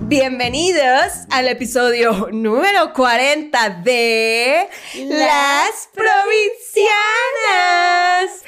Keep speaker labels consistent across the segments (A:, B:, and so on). A: Bienvenidos al episodio número 40 de Las Provincianas.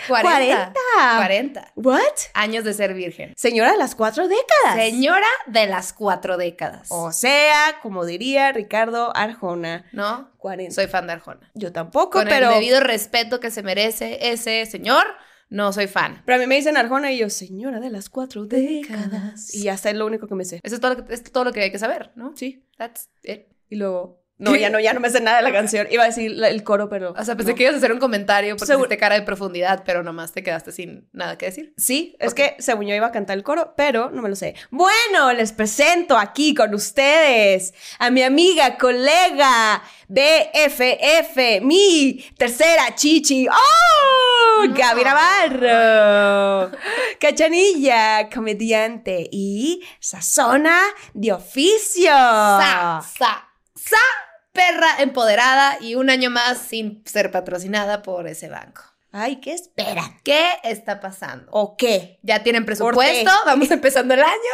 B: 40.
A: 40.
B: 40
A: What?
B: años de ser virgen.
A: Señora de las cuatro décadas.
B: Señora de las cuatro décadas.
A: O sea, como diría Ricardo Arjona,
B: ¿No?
A: 40.
B: Soy fan de Arjona.
A: Yo tampoco,
B: Con
A: pero
B: el debido respeto que se merece ese señor, no soy fan.
A: pero a mí me dicen Arjona y yo, señora de las cuatro décadas. Y hasta es lo único que me sé.
B: Eso es todo lo que, es todo lo que hay que saber, ¿no?
A: Sí.
B: That's it.
A: Y luego, no, ya no, ya no me sé nada de la canción. Iba a decir la- el coro, pero
B: O sea, pensé
A: no.
B: que ibas a hacer un comentario porque
A: Seguro.
B: hiciste cara de profundidad, pero nomás te quedaste sin nada que decir.
A: Sí, es
B: Ok.
A: que según yo iba a cantar el coro, pero no me lo sé. Bueno, les presento aquí con ustedes a mi amiga, colega, BFF, mi tercera chichi. ¡Oh!
B: No.
A: Gaby Navarro, cachanilla, comediante y sazona de oficio. Ah.
B: Sa, sa, sa, perra empoderada y un año más sin ser patrocinada por ese banco.
A: Ay, ¿qué esperan?
B: ¿Qué está pasando?
A: ¿O qué?
B: Ya tienen presupuesto,
A: Corté.
B: vamos empezando el año.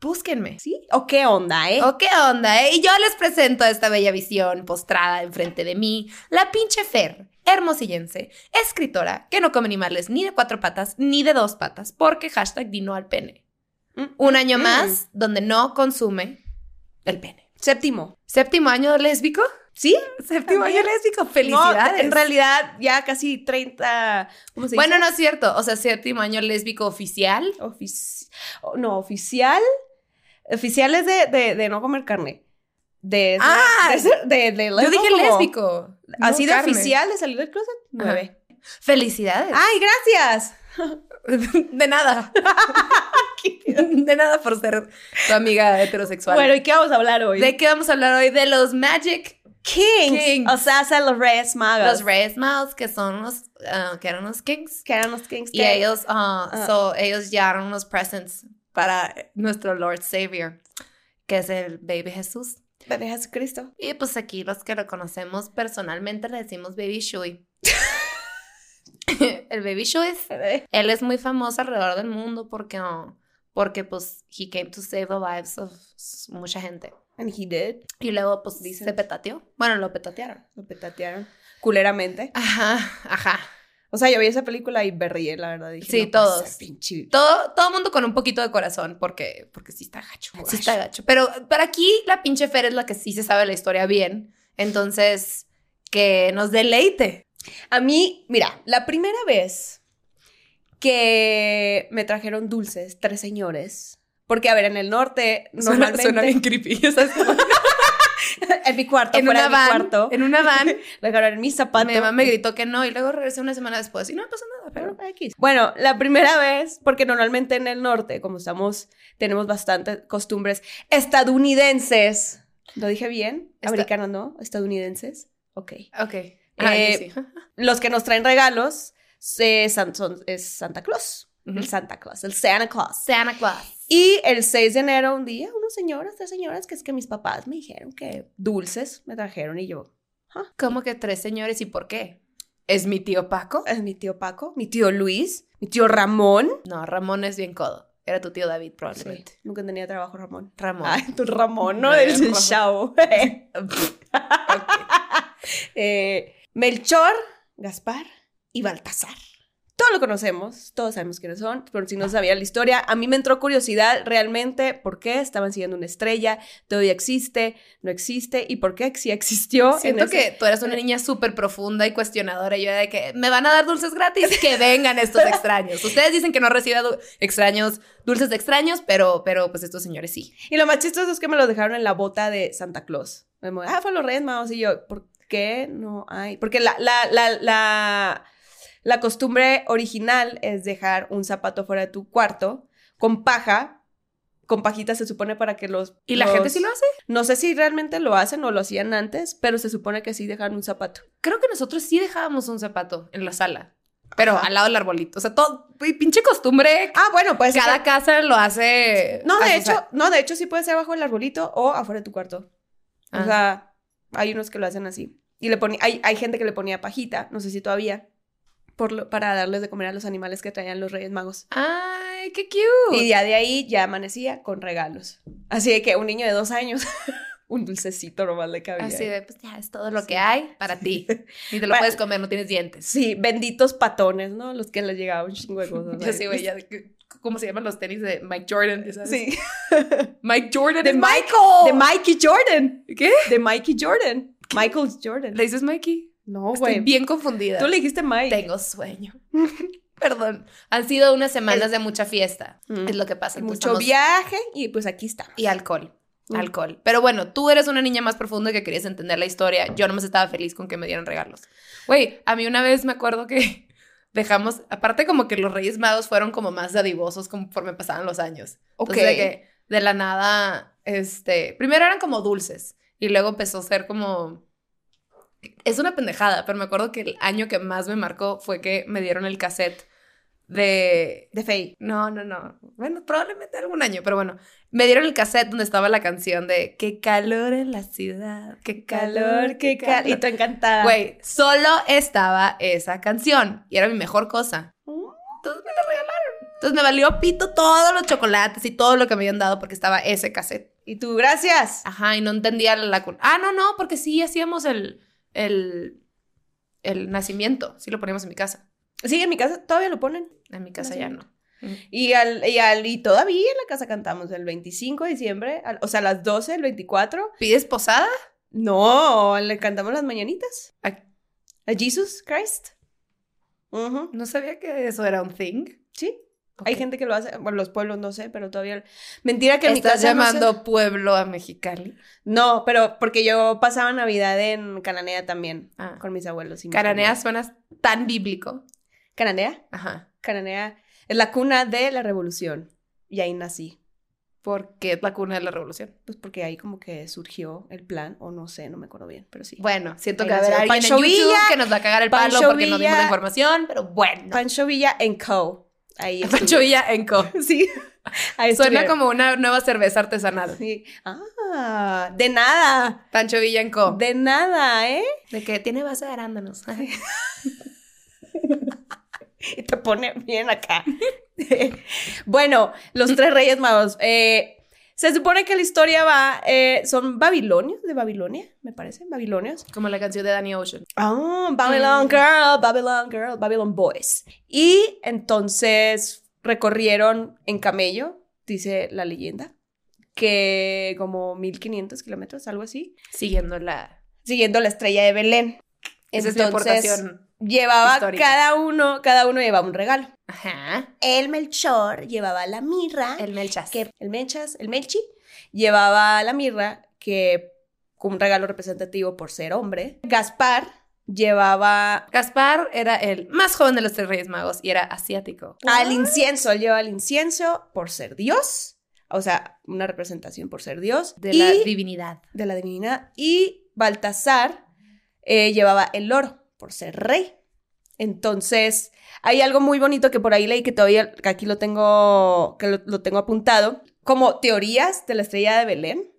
B: Búsquenme.
A: ¿Sí? ¿O qué onda, eh?
B: ¿O qué onda, eh? Y yo les presento esta bella visión postrada enfrente de mí, la pinche Fer, hermosillense, escritora que no come animales ni de cuatro patas ni de dos patas, porque hashtag vino al pene.
A: Mm.
B: Un año
A: Mm.
B: más donde no consume el pene.
A: Séptimo.
B: Séptimo año lésbico.
A: ¿Sí?
B: Séptimo
A: También.
B: año lésbico.
A: No,
B: Felicidades.
A: en realidad ya casi 30, ¿cómo se
B: bueno,
A: dice?
B: no es cierto. O sea, séptimo año lésbico oficial.
A: Ofici- oh, no, oficial. Oficial es de, de, de no comer carne. De,
B: Ah,
A: de, ser- de- de-
B: Yo
A: ¿no?
B: dije
A: Como
B: lésbico.
A: Así
B: no
A: de
B: carne.
A: oficial de salir del closet. Nueve.
B: Felicidades.
A: ¡Ay, gracias!
B: Ah, De nada. De nada por ser tu amiga heterosexual.
A: Bueno, ¿y qué vamos a hablar hoy?
B: ¿De qué vamos a hablar hoy? De los Magic,
A: Kings.
B: Kings.
A: O sea, hacen los Reyes Magos.
B: los Red Mouths, que son los, ah, que eran los Kings.
A: Que eran los Kings.
B: Y
A: que-
B: ellos, ah,
A: Ah.
B: so, ellos llevaron los presents para nuestro Lord Savior, que es el Baby Jesús.
A: Bebé Jesucristo.
B: Y pues aquí los que lo conocemos personalmente le decimos Baby Shui. el Baby Shui es Él es muy famoso alrededor del mundo porque, oh, porque pues, he came to save the lives of s- mucha gente.
A: And he did.
B: Y luego, pues,
A: Dicen.
B: se petateó. Bueno, lo petatearon.
A: Lo petatearon. Culeramente.
B: Ajá, ajá.
A: O sea, yo vi esa película y me rié, la verdad. Dije,
B: Sí,
A: no puede
B: todos.
A: ser, pinche-
B: Todo, todo mundo con un poquito de corazón porque, porque sí está gacho. Sí está gacho. Pero para aquí, la pinche Fer es la que sí se sabe la historia bien. Entonces, que nos deleite.
A: A mí, mira, la primera vez que me trajeron dulces, tres señores. Porque, a ver, en el norte,
B: Suena,
A: normalmente.
B: suena bien creepy. o sea, es como-
A: En mi cuarto,
B: en,
A: fuera
B: una
A: de
B: van,
A: mi cuarto.
B: en una van.
A: la dejaron en mi zapato.
B: Mi mamá me gritó que no y luego regresé una semana después y no pasa nada. Pero
A: Pero X. Bueno, la primera vez, porque normalmente en el norte, como estamos, tenemos bastantes costumbres estadounidenses. ¿Lo dije bien?
B: Esta-
A: Americanos, ¿no? Estadounidenses. Ok.
B: Ok. Ah,
A: Eh,
B: yo sí.
A: Los que nos traen regalos se- san- son- es Santa Claus.
B: Ujú.
A: El Santa Claus, el Santa Claus.
B: Santa Claus.
A: Y el 6 de enero, un día, unas señoras, tres señoras, que es que mis papás me dijeron que dulces me trajeron y yo,
B: ¿Cómo que tres señores y por qué? ¿Es mi tío Paco?
A: es mi tío Paco, mi tío Luis, mi tío Ramón.
B: No, Ramón es bien codo. Era tu tío David,
A: Sí,
B: probablemente.
A: nunca tenía trabajo Ramón.
B: Ramón.
A: Ay, tu Ramón, ¿no?
B: No,
A: Del
B: Ramón.
A: chavo.
B: Ok.
A: Eh, Melchor, Gaspar y Baltasar. Todos lo conocemos, todos sabemos quiénes son, pero si no sabía la historia, a mí me entró curiosidad realmente por qué estaban siguiendo una estrella, todavía existe, no existe, y por qué sí existió. en
B: Siento
A: ese-
B: que tú eras una niña súper profunda y cuestionadora. y Yo era de que me van a dar dulces gratis, que vengan estos extraños. Ustedes dicen que no reciba du- extraños, dulces de extraños, pero, pero pues estos señores sí.
A: Y lo más chistoso es que me los dejaron en la bota de Santa Claus. Me mo- ah, fue los Reyes Magos. Y yo, ¿por qué no hay? Porque la, la, la, la, la costumbre original es dejar un zapato fuera de tu cuarto con paja. Con pajita se supone para que los...
B: ¿Y la
A: los-
B: gente sí lo hace?
A: No sé si realmente lo hacen o lo hacían antes, pero se supone que sí dejaron un zapato.
B: Creo que nosotros sí dejábamos un zapato en la sala, pero al lado del arbolito. O sea, todo, pinche costumbre.
A: Ah, bueno, pues...
B: Cada casa lo hace.
A: No, de
B: a su
A: hecho, no, de hecho sí puede ser abajo del arbolito o afuera de tu cuarto.
B: Ah.
A: O sea, hay unos que lo hacen así. Y le ponía, hay, hay gente que le ponía pajita, no sé si todavía, por lo- para darles de comer a los animales que traían los Reyes Magos.
B: Ay, ¡Ay, qué cute!
A: Y ya de ahí ya amanecía con regalos. Así de que un niño de dos años, un dulcecito nomás le cabía.
B: Así de, pues ya es todo lo
A: Sí.
B: que hay para ti. Ni te lo
A: Para-
B: puedes comer, no tienes dientes.
A: Sí, benditos patones, ¿no? Los que les llegaba un chingo de cosas.
B: Yo sí, güey, ya, de que- ¿cómo se llaman los tenis de Mike Jordan? ¿Sabes?
A: Sí.
B: Mike Jordan.
A: De
B: es
A: Mike-
B: Michael.
A: De Mikey Jordan.
B: Oh. ¿Qué?
A: De Mikey Jordan. Michael Jordan.
B: ¿Le dices Mikey?
A: No,
B: Estoy
A: güey.
B: bien confundida.
A: Tú le dijiste Mike.
B: Tengo sueño. Perdón. Han sido unas semanas de mucha fiesta.
A: Mm.
B: Es lo que pasa. Entonces,
A: Mucho
B: estamos-
A: viaje y pues aquí está.
B: Y alcohol.
A: Mm.
B: Alcohol. Pero bueno, tú eres una niña más profunda que querías entender la historia. Yo nomás estaba feliz con que me dieran regalos. Güey, a mí una vez me acuerdo que dejamos, aparte como que los Reyes Magos fueron como más dadivosos conforme pasaban los años.
A: Ok.
B: Entonces, de que de la nada, este, primero eran como dulces y luego empezó a ser como... Es una pendejada, pero me acuerdo que el año que más me marcó fue que me dieron el cassette de
A: De Faye.
B: no, no, no. Bueno, probablemente algún año, pero bueno. Me dieron el cassette donde estaba la canción de Qué calor en la ciudad, qué calor, qué
A: cal- Y
B: calor.
A: tú encantada.
B: Güey, solo estaba esa canción y era mi mejor cosa. Entonces me la regalaron. Entonces me valió pito todos los chocolates y todo lo que me habían dado porque estaba ese cassette.
A: Y tú, gracias.
B: Ajá, y no entendía la lacuna. Ah, no, no, porque sí hacíamos el, el, el nacimiento. Sí lo poníamos en mi casa.
A: Sí, en mi casa todavía lo ponen.
B: En mi casa ya no.
A: Y, al, y, al, y todavía en la casa cantamos el 25 de diciembre, al- o sea, a las 12, el 24.
B: ¿Pides posada?
A: No, le cantamos las mañanitas.
B: ¿A
A: A Jesus Christ. Ujú,
B: No sabía que eso era un thing.
A: Sí, hay gente que lo hace, bueno, los pueblos no sé, pero todavía... Mentira que en mi
B: Estás
A: casa no se-
B: llamando pueblo a Mexicali.
A: No, pero porque yo pasaba Navidad en Cananea también,
B: Ah.
A: con mis abuelos. Y mis
B: Cananea
A: abuelas.
B: suena tan bíblico.
A: Cananea.
B: Ajá.
A: Cananea es la cuna de la revolución. Y ahí nací.
B: Porque es la cuna de la revolución.
A: Pues porque ahí como que surgió el plan, o no sé, no me acuerdo bien, pero sí.
B: Bueno, siento
A: Ahí
B: que va a haber
A: nació
B: alguien
A: Pancho
B: en YouTube
A: Villa,
B: que nos va a cagar el palo
A: Pancho
B: porque no dimos la
A: Villa.
B: información, pero bueno.
A: Pancho Villa en Co. Ahí estuve.
B: Pancho Villa en Co.
A: Sí. Ahí
B: Suena
A: estuvieron.
B: como una nueva cerveza artesanal.
A: Sí. Ah, de nada.
B: Pancho Villa en Co.
A: De nada, ¿eh?
B: De que tiene base de arándanos.
A: Y te pone bien acá. bueno, los tres reyes magos. Eh, se supone que la historia va. eh, son babilonios, de Babilonia, me parece. Babilonios.
B: Como la canción de Danny Ocean.
A: Ah, Babylon
B: Mm.
A: Girl, Babylon Girl, Babylon Boys. Y entonces recorrieron en camello, dice la leyenda, que como 1500 kilómetros, algo así,
B: Siguiendo la...
A: siguiendo la estrella de Belén.
B: Esa es mi aportación.
A: llevaba
B: histórica.
A: cada uno, cada uno llevaba un regalo.
B: Ajá.
A: El Melchor llevaba la mirra,
B: El Melchas.
A: que el Menchas, el Melchi llevaba la mirra, que como un regalo representativo por ser hombre. Gaspar llevaba
B: Gaspar era el más joven de los tres reyes magos y era asiático.
A: al incienso, él llevaba el incienso por ser Dios, o sea, una representación por ser Dios
B: de
A: y-
B: la divinidad.
A: de la divinidad. Y Baltasar eh, llevaba el oro por ser rey. Entonces, hay algo muy bonito que por ahí leí que todavía que aquí lo tengo, que lo, lo tengo apuntado, como teorías de la estrella de Belén,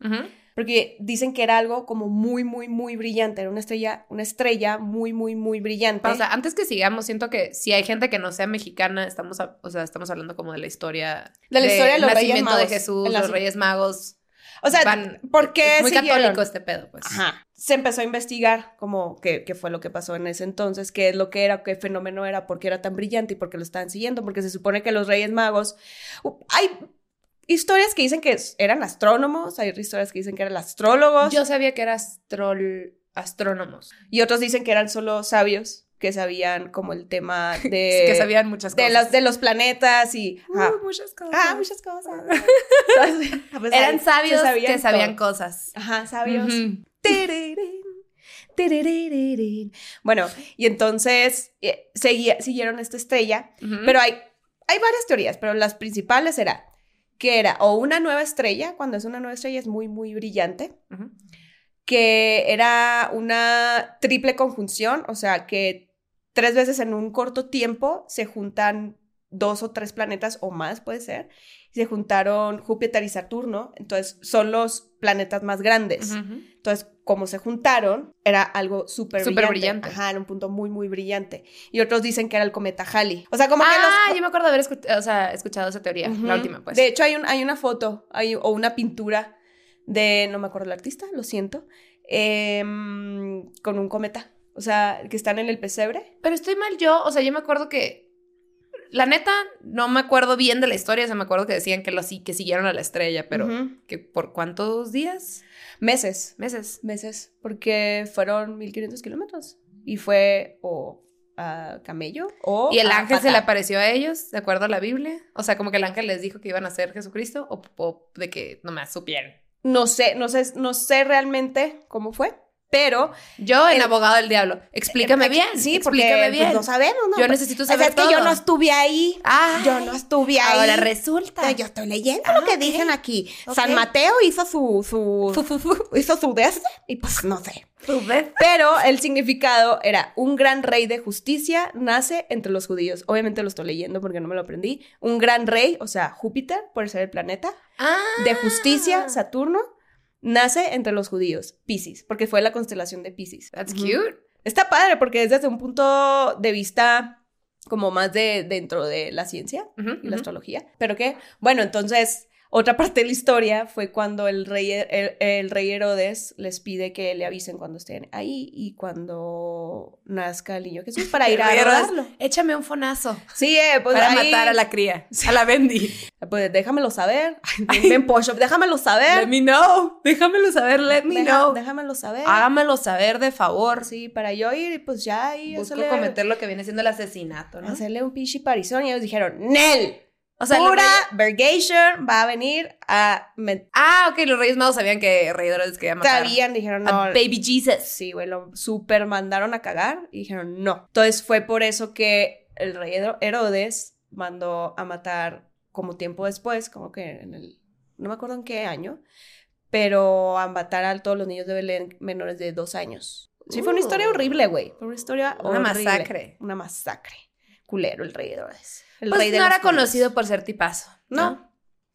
A: porque dicen que era algo como muy, muy, muy brillante, era una estrella, una estrella muy, muy, muy brillante.
B: O sea, antes que sigamos, siento que si hay gente que no sea mexicana, estamos, a- o sea, estamos hablando como de la historia
A: De la historia de los Reyes
B: nacimiento de
A: Magos.
B: Jesús,
A: El naci-
B: los Reyes Magos.
A: O sea,
B: van-
A: ¿por qué
B: es muy
A: siguieron?
B: católico este pedo, pues.
A: Ajá. Se empezó a investigar como qué, qué fue lo que pasó en ese entonces, qué es lo que era, qué fenómeno era, por qué era tan brillante y por qué lo estaban siguiendo, porque se supone que los Reyes Magos... u- Hay historias que dicen que s- eran astrónomos, hay historias que dicen que eran astrólogos
B: Yo sabía que era astrol- astrónomos,
A: y otros dicen que eran solo sabios que sabían como el tema de,
B: que sabían muchas
A: de,
B: cosas.
A: las, de los planetas y...
B: Uh,
A: ajá.
B: muchas cosas.
A: Ah, muchas cosas. Pues ahí
B: Eran
A: se
B: sabios que sabían
A: todo.
B: cosas.
A: Ajá, sabios.
B: Ujú.
A: Tererén, terererererén. Bueno, y entonces eh, seguía- siguieron esta estrella,
B: Ujú.
A: pero hay, hay varias teorías, pero las principales era que era o una nueva estrella, cuando es una nueva estrella es muy, muy brillante,
B: Ujú.
A: que era una triple conjunción, o sea, que tres veces en un corto tiempo se juntan dos o tres planetas o más, puede ser, y se juntaron Júpiter y Saturno, entonces son los planetas más grandes. Entonces, como se juntaron, era algo súper
B: Súper
A: brillante.
B: brillante.
A: Ajá, era un punto muy, muy brillante. Y otros dicen que era el cometa Halley. O sea, como
B: ah,
A: que los...
B: yo me acuerdo haber escuchado, o sea, escuchado esa teoría,
A: Ujú.
B: la última, pues.
A: De hecho, hay, un- hay una foto hay, o una pintura de, no me acuerdo el artista, lo siento, em, con un cometa. O sea, que están en el pesebre.
B: Pero estoy mal yo, o sea, yo me acuerdo que. La neta, no me acuerdo bien de la historia, o sea, me acuerdo que decían que, lo, sí- que siguieron a la estrella, pero
A: Ujú.
B: que ¿por cuántos días?
A: Meses.
B: ¿Meses?
A: Meses. Porque fueron 1500 kilómetros. Y fue o a camello o
B: Y el
A: a
B: ángel se le
A: pata.
B: apareció a ellos, de acuerdo a la Biblia. O sea, como que el ángel les dijo que iban a ser Jesucristo o, o de que nomás supieron.
A: No sé, no sé, no sé realmente cómo fue, pero...
B: Yo, el,
A: El-
B: abogado del diablo, explícame bien.
A: Sí, porque
B: explícame
A: pues,
B: bien.
A: no sabemos, ¿no?
B: yo necesito
A: O sea,
B: saber
A: es que yo
B: todo.
A: no estuve ahí.
B: Ay,
A: yo no estuve ahí.
B: Ahora resulta.
A: Yo estoy leyendo
B: Ah,
A: lo que
B: ok.
A: dicen aquí.
B: Ok.
A: San Mateo hizo su, su, hizo su de este y pues no sé.
B: Sube.
A: Pero el significado era un gran rey de justicia nace entre los judíos. Obviamente lo estoy leyendo porque no me lo aprendí. Un gran rey, o sea, Júpiter, por ser el planeta,
B: Ah.
A: de justicia, Saturno, nace entre los judíos, Pisces, porque fue la constelación de Pisces.
B: That's
A: Ujú.
B: cute.
A: Está padre porque es desde un punto de vista como más de dentro de la ciencia
B: Ujú,
A: y la
B: ujú.
A: astrología. Pero que, bueno, entonces otra parte de la historia fue cuando el rey, el, el rey Herodes les pide que le avisen cuando estén ahí y cuando nazca el niño Jesús para ir a
B: Rey Herodes.
A: rodarlo.
B: Échame un fonazo
A: Sí, eh, pues
B: para
A: ahí-
B: matar a la cría, a la Bendy.
A: Pues déjamelo saber. Ven, Poshop, déjamelo saber.
B: Let me know. Déjamelo saber, let me
A: Deja-
B: know. Ah,
A: Déjamelo saber.
B: Hágamelo saber de favor.
A: Sí, para yo ir y pues ya y
B: Busco
A: hacerle,
B: cometer lo que viene siendo el asesinato, ¿no?
A: hacerle un pichi parizón y ellos dijeron, ¡Nel!
B: O sea, los
A: pura
B: reyes-
A: vergation va a venir a... Me,
B: Ah, ok, los Reyes Magos sabían que Rey Herodes quería matar
A: sabían, dijeron,
B: a
A: no,
B: Baby Jesus.
A: Sí, güey, lo super mandaron a cagar y dijeron no. Entonces fue por eso que el rey Hero- Herodes mandó a matar como tiempo después, como que en el, no me acuerdo en qué año, pero a matar a todos los niños de Belén menores de dos años. Sí, fue una
B: Uh.
A: historia horrible, güey. Fue una historia
B: Una
A: horrible.
B: masacre.
A: Una masacre. Culero el rey Herodes. El
B: Pues
A: rey de
B: no
A: los
B: era
A: culeros.
B: conocido por ser tipazo.
A: No.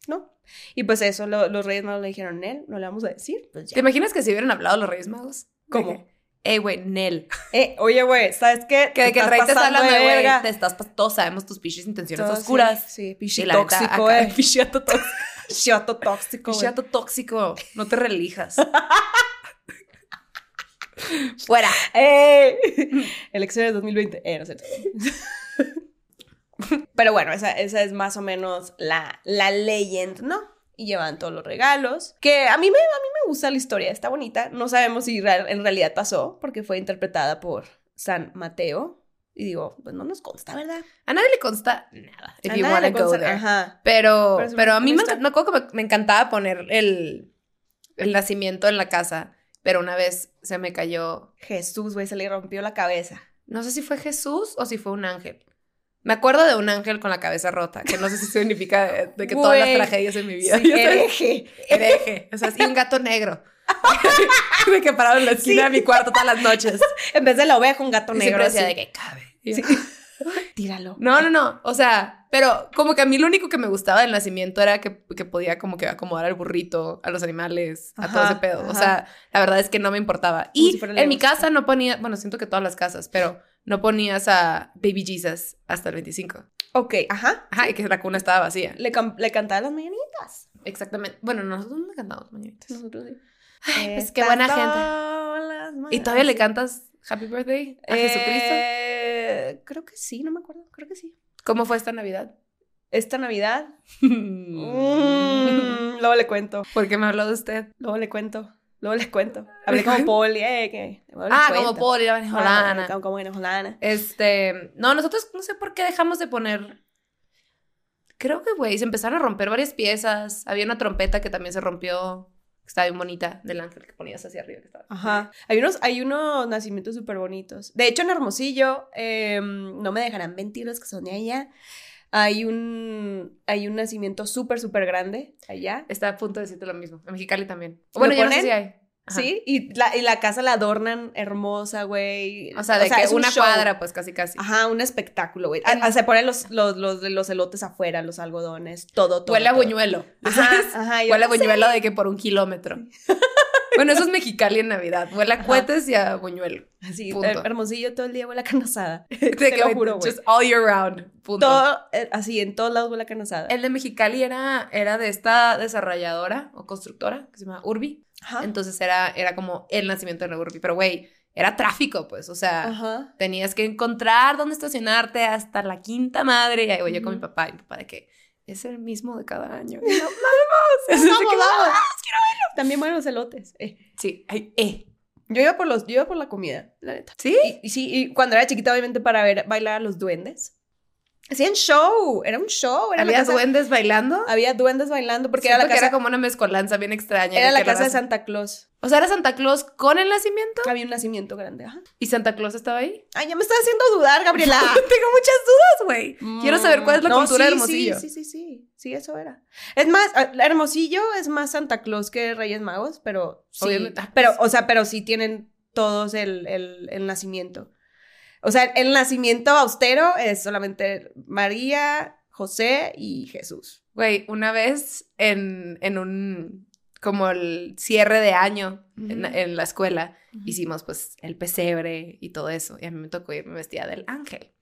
A: No. Y pues eso, lo- los reyes no le dijeron, Nel, no le vamos a decir. Pues
B: ¿Te
A: ya.
B: imaginas que si hubieran hablado los Reyes Magos?
A: ¿Cómo?
B: De que, Ey, güey, Nel.
A: Eh, oye, güey, ¿sabes qué?
B: Que de que el
A: estás
B: rey te está
A: pasando
B: hablando de
A: verga.
B: güey. Te estás, pas- todos sabemos tus pichis intenciones
A: Todo, sí,
B: oscuras.
A: Sí,
B: Y
A: pichi
B: la neta,
A: tóxico,
B: acá-
A: eh.
B: Pichiato tóxico.
A: Pichato tóxico, güey.
B: Pichiato tóxico. No te relijas. Fuera.
A: ¡Ey!
B: ¡Eh!
A: Elecciones 2020. Eh, no sé. Pero bueno, esa, esa es más o menos la, la legend, ¿no? Y llevan todos los regalos. Que a mí me, a mí me gusta la historia, está bonita. No sabemos si real- en realidad pasó, porque fue interpretada por San Mateo. Y digo, pues no nos consta, ¿verdad?
B: A nadie le consta nada. If
A: A
B: you
A: nadie
B: wanna
A: le
B: go
A: consta-
B: there.
A: Ajá.
B: Pero,
A: Pero es
B: pero a
A: una
B: mí me,
A: historia.
B: enca- me acuerdo que me, me encantaba poner el, el nacimiento en la casa, pero una vez se me cayó,
A: Jesús, güey, se le rompió la cabeza.
B: no sé si fue Jesús o si fue un ángel. Me acuerdo de un ángel con la cabeza rota, que no sé si significa de, de que todas las
A: Güey.
B: tragedias en mi vida.
A: Sí,
B: ya sabes,
A: hereje.
B: hereje. O sea, y un gato negro. de que parado en la esquina de mi cuarto todas las noches.
A: En vez de la oveja, un gato
B: Y
A: negro.
B: siempre decía
A: así.
B: de que cabe. Y yo,
A: Sí. Tíralo.
B: No, no, no. O sea, pero como que a mí lo único que me gustaba del nacimiento era que, que podía como que acomodar al burrito, a los animales, a todo
A: Ajá,
B: ese pedo. O
A: ajá.
B: sea, la verdad es que no me importaba.
A: Como
B: Y
A: si fuera la
B: en mi
A: gusta.
B: casa no ponía, bueno, siento que todas las casas, pero no ponías a Baby Jesus hasta el 25.
A: Ok, ajá.
B: Ajá, y que la cuna estaba vacía.
A: Le, cam- le cantaba las mañanitas.
B: Exactamente. Bueno, nosotros no cantamos mañanitas.
A: Nosotros sí.
B: pues, qué buena gente.
A: gente.
B: ¿Y todavía le cantas Happy Birthday a Jesucristo?
A: Jesucristo? Eh, Creo que sí, no me acuerdo. Creo que sí.
B: ¿Cómo fue esta Navidad?
A: Esta Navidad. mm, luego le cuento.
B: ¿Por qué me habló de usted?
A: Luego le cuento. Luego les cuento. Hablé como Poli, eh, que. luego les
B: Ah, como
A: cuento.
B: Paul y la
A: Ah,
B: venezolana.
A: como- Como venezolana.
B: Este, no, nosotros no sé por qué dejamos de poner. Creo que, güey, se empezaron a romper varias piezas. Había una trompeta que también se rompió. que Estaba bien bonita, del ángel que ponías hacia arriba. que estaba-
A: Ajá. Hay unos, hay unos nacimientos súper bonitos. De hecho, en Hermosillo, em, no me dejarán mentir los que son de allá. Hay un, hay un nacimiento súper, súper grande allá.
B: Está a punto de decirte lo mismo. En Mexicali también. Bueno,
A: ¿Lo
B: yo no sé
A: ponen?
B: si hay. Ajá.
A: ¿sí? Y la, y la casa la adornan hermosa, güey.
B: O sea, de que
A: es un
B: una
A: show.
B: cuadra, pues casi casi.
A: Ajá, un espectáculo, güey. Ah, ah, Se ponen los, los, los, los elotes afuera, los algodones, todo, todo.
B: Huele a
A: todo.
B: buñuelo.
A: Ajá,
B: ¿sabes?
A: ajá. yo-
B: Huele a buñuelo de que por un kilómetro. Bueno, eso es Mexicali en Navidad. Huele a cohetes y a buñuelo.
A: Así,
B: Punto.
A: her- hermosillo todo el día huele a carne asada.
B: Te,
A: lo juro, güey.
B: Just all year round. Punto.
A: Todo, eh, así, en todos lados huele a carne asada.
B: El de Mexicali era, era de esta desarrolladora o constructora que se llama Urbi.
A: Ajá.
B: Entonces era, era como el nacimiento de la Urbi. Pero, güey, era tráfico, pues. O sea,
A: Ajá.
B: tenías que encontrar dónde estacionarte hasta la quinta madre. Y ahí voy yo con mi
A: Ujú.
B: papá. Y mi papá de que es el mismo de cada año. Y yo, "Vamos". Así de
A: Vamos,
B: que,
A: vamos. También buenos elotes. eh.
B: Sí, ay, eh.
A: Yo iba por los, yo iba por la comida, la neta.
B: ¿Sí?
A: Y, y sí, y cuando era chiquita, obviamente, para ver bailar a los duendes. Hacían show, era un show. Era la
B: ¿Había
A: casa-
B: duendes bailando?
A: Había duendes bailando porque
B: Porque,
A: era la
B: era
A: casa,
B: como una mezcolanza bien extraña.
A: era
B: de
A: la
B: que
A: casa de
B: raza-
A: Santa Claus.
B: O sea, era Santa Claus con el nacimiento
A: Había un nacimiento grande, ajá.
B: y Santa Claus estaba ahí.
A: Ay, ya me estás haciendo dudar, Gabriela. Mm.
B: Tengo muchas dudas, güey. Quiero saber cuál es la
A: No,
B: cultura
A: sí,
B: de Hermosillo.
A: Sí, sí, sí, sí, sí, eso era. Es más, ah, Hermosillo es más Santa Claus que Reyes Magos, pero sí,
B: Obviamente. Ah,
A: pero, o sea, pero sí tienen todos el, el- el nacimiento. O sea, el nacimiento austero es solamente María, José y Jesús.
B: Güey, una vez en, en un. como el cierre de año en,
A: Ujú.
B: en la escuela, hicimos pues el pesebre y todo eso. Y a mí me tocó irme vestida del ángel.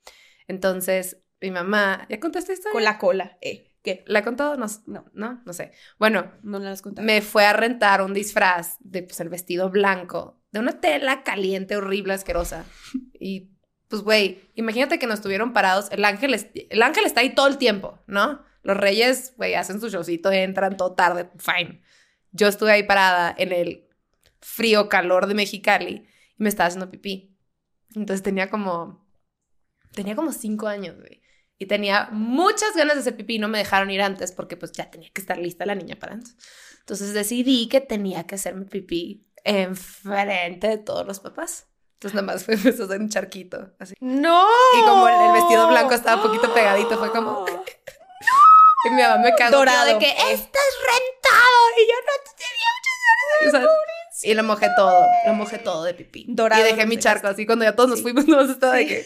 B: Entonces, mi mamá. ¿Ya contaste esta?
A: Con la cola, eh, ¿qué?
B: ¿La he contado? No, s-
A: No.
B: no, no sé. Bueno,
A: No la has contado.
B: me fue a rentar un disfraz de pues, el vestido blanco, de una tela caliente, horrible, asquerosa. Y pues, güey, imagínate que nos estuvieron parados. El ángel, es- el ángel está ahí todo el tiempo, ¿no? Los reyes, güey, hacen su showcito, entran todo tarde, fine. Yo estuve ahí parada en el frío calor de Mexicali y me estaba haciendo pipí. Entonces tenía como. Tenía como cinco años, güey. Y tenía muchas ganas de hacer pipí y no me dejaron ir antes porque pues ya tenía que estar lista la niña para antes. Entonces decidí que tenía que hacerme pipí enfrente de todos los papás. Entonces nada más fue empezó a hacer un charquito. Así.
A: No.
B: Y como el- el vestido blanco estaba un poquito pegadito, fue como- Y mi mamá me cagó.
A: Dorado. Eh.
B: De que estás rentado. Y yo no tenía muchas ganas. O sea, y lo mojé todo. Lo mojé todo de pipí.
A: Dorado
B: Y dejé
A: lo
B: mi charco así. Cuando ya todos nos
A: Sí.
B: fuimos, nos estaba de
A: Sí.
B: que.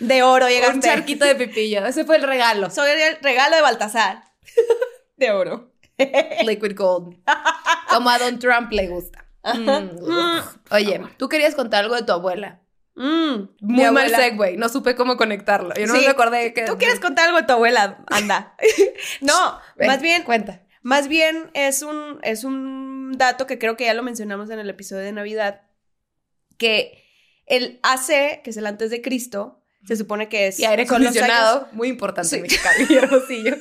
A: De oro
B: Un
A: llegaste.
B: charquito de pipí yo. Ese fue el regalo.
A: Soy el regalo de Baltasar. De oro.
B: Liquid gold. Como a Don Trump le gusta. Mm, ugh. Oye, tú querías contar algo de tu abuela.
A: Mm, mi
B: Muy mal
A: abuela.
B: segue, no supe cómo conectarlo. Yo no
A: Sí.
B: me acordé que.
A: Tú quieres contar algo de tu abuela, anda. no,
B: Ven,
A: más bien,
B: Cuenta.
A: más bien es un, es un dato que creo que ya lo mencionamos en el episodio de Navidad, que el AC, que es el antes de Cristo, se supone que es...
B: Y aire
A: son los años-
B: acondicionado, muy importante
A: Sí.
B: en Mexicali y Hermosillo.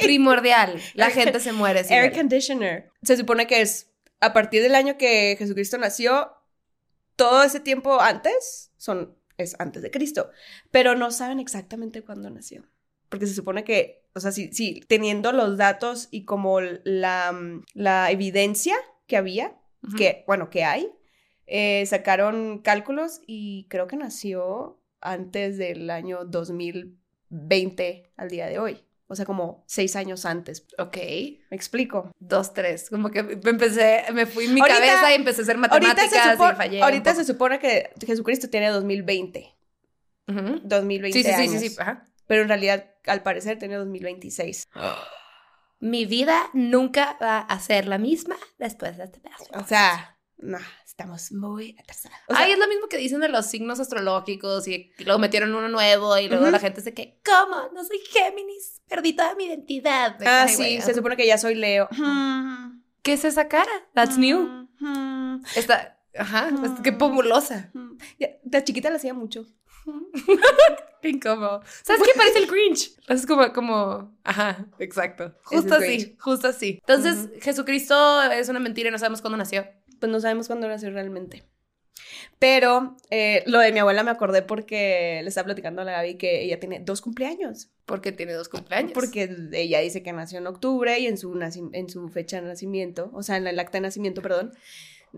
B: Primordial. La
A: Air-
B: gente se muere. sin
A: air
B: él.
A: conditioner. Se supone que es a partir del año que Jesucristo nació, todo ese tiempo antes son es antes de Cristo, pero no saben exactamente cuándo nació, porque se supone que, o sea, sí, sí, teniendo los datos y como la, mm, la evidencia que había,
B: Ujú.
A: que bueno, que hay, eh, sacaron cálculos y creo que nació antes del año 2020 al día de hoy, o sea, como seis años antes.
B: Ok.
A: ¿Me explico?
B: Dos, tres. Como que me empecé, me fui en mi
A: Ahorita-
B: cabeza y empecé a hacer
A: Ahorita,
B: matemáticas
A: se,
B: y
A: supone,
B: fallé.
A: ahorita
B: un
A: se supone que Jesucristo tiene 2020.
B: poco. Ujú.
A: 2020
B: Sí, sí, sí,
A: años.
B: sí, sí. Ajá.
A: Pero en realidad, al parecer, tiene 2026.
B: Mi vida nunca va a ser la misma después de este pedazo.
A: O sea, no, estamos muy atrasados. O sea,
B: Ay, es lo mismo que dicen de los signos astrológicos y lo metieron uno nuevo y luego
A: Ujú.
B: la gente se que, ¿cómo? No soy Géminis, perdí toda mi identidad. De que,
A: ah,
B: ay,
A: sí,
B: güey,
A: se
B: ah.
A: supone que ya soy Leo.
B: ¿Qué es esa cara? That's new.
A: Ah.
B: Ah. Está, ajá,
A: Mm.
B: es- qué populosa.
A: Ya, De chiquita lo hacía mucho.
B: Qué incómodo. ¿Sabes qué parece el Grinch? Es como, como, ajá, exacto.
A: Es el
B: Justo así,
A: Grinch.
B: justo así. Entonces,
A: Ujú.
B: Jesucristo es una mentira y no sabemos cuándo nació.
A: Pues no sabemos cuándo nació realmente. Pero eh, lo de mi abuela me acordé porque le estaba platicando a la Gaby que ella tiene dos cumpleaños.
B: Porque tiene dos cumpleaños.
A: Porque ella dice que nació en octubre y en su, naci- en su fecha de nacimiento, o sea, en el acta de nacimiento, perdón,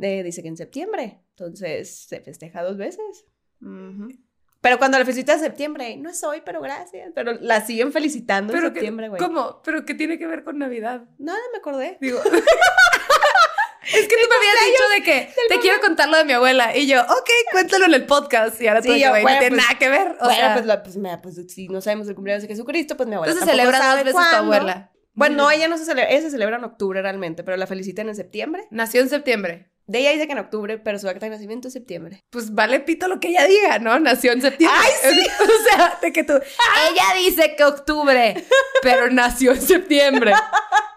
A: eh, dice que en septiembre. Entonces se festeja dos veces. Ujú. Pero cuando la felicita en septiembre, no es hoy, pero gracias. Pero la siguen felicitando
B: Pero
A: en septiembre,
B: que,
A: güey.
B: ¿Cómo? ¿Pero qué tiene que ver con Navidad?
A: Nada, me acordé.
B: Digo, Es que tú me habías dicho de que te quiero contar lo de mi abuela. Y yo, ok, cuéntalo en el podcast. Y ahora
A: Sí,
B: tú de que,
A: yo,
B: güey,
A: bueno,
B: no tiene
A: pues-
B: nada que ver. O
A: bueno,
B: sea,
A: pues, la- pues, mira, pues, si no sabemos el cumpleaños de Jesucristo, pues mi abuela.
B: entonces
A: tampoco
B: celebra dos
A: sabe
B: veces tu
A: cuándo.
B: abuela.
A: Bueno, no, ella no se celebra, ella se celebra en octubre realmente, pero la felicitan en septiembre.
B: Nació en septiembre.
A: De ella dice que en octubre, pero su acta de nacimiento es septiembre.
B: Pues vale pito lo que ella diga, ¿no? Nació en septiembre. ¡Ay, sí! o sea, de que tú... Ella dice que octubre, pero nació en septiembre.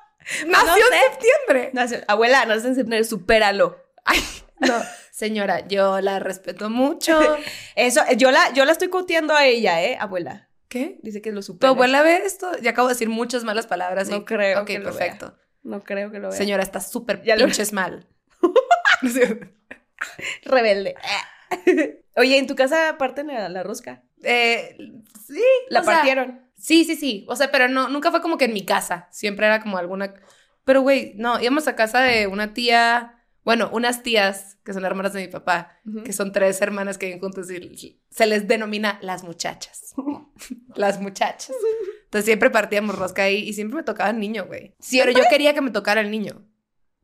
B: ¡Nació en septiembre!
A: Nace- abuela, nace en septiembre, supéralo.
B: No, señora, yo la respeto mucho.
A: Eso, eh, yo la, yo la estoy coteando a ella, ¿eh? Abuela.
B: ¿Qué?
A: Dice que lo supera.
B: ¿Tu abuela ve esto? Ya acabo de decir muchas malas palabras. y-
A: No creo
B: Ok,
A: que lo vea.
B: perfecto.
A: No creo que lo vea.
B: Señora, está súper
A: Ya lo-
B: pinches mal.
A: Rebelde. Oye, ¿en tu casa parten la, la rosca?
B: Eh, sí.
A: La
B: o sea,
A: partieron.
B: Sí, sí, sí. O sea, pero no, nunca fue como que en mi casa. Siempre era como alguna. Pero, güey, no, íbamos a casa de una tía. Bueno, unas tías que son hermanas de mi papá,
A: Ujú.
B: que son tres hermanas que viven juntas y se les denomina las muchachas. las muchachas. Entonces siempre partíamos rosca ahí y siempre me tocaba el niño, güey. Pero yo quería que me tocara el niño.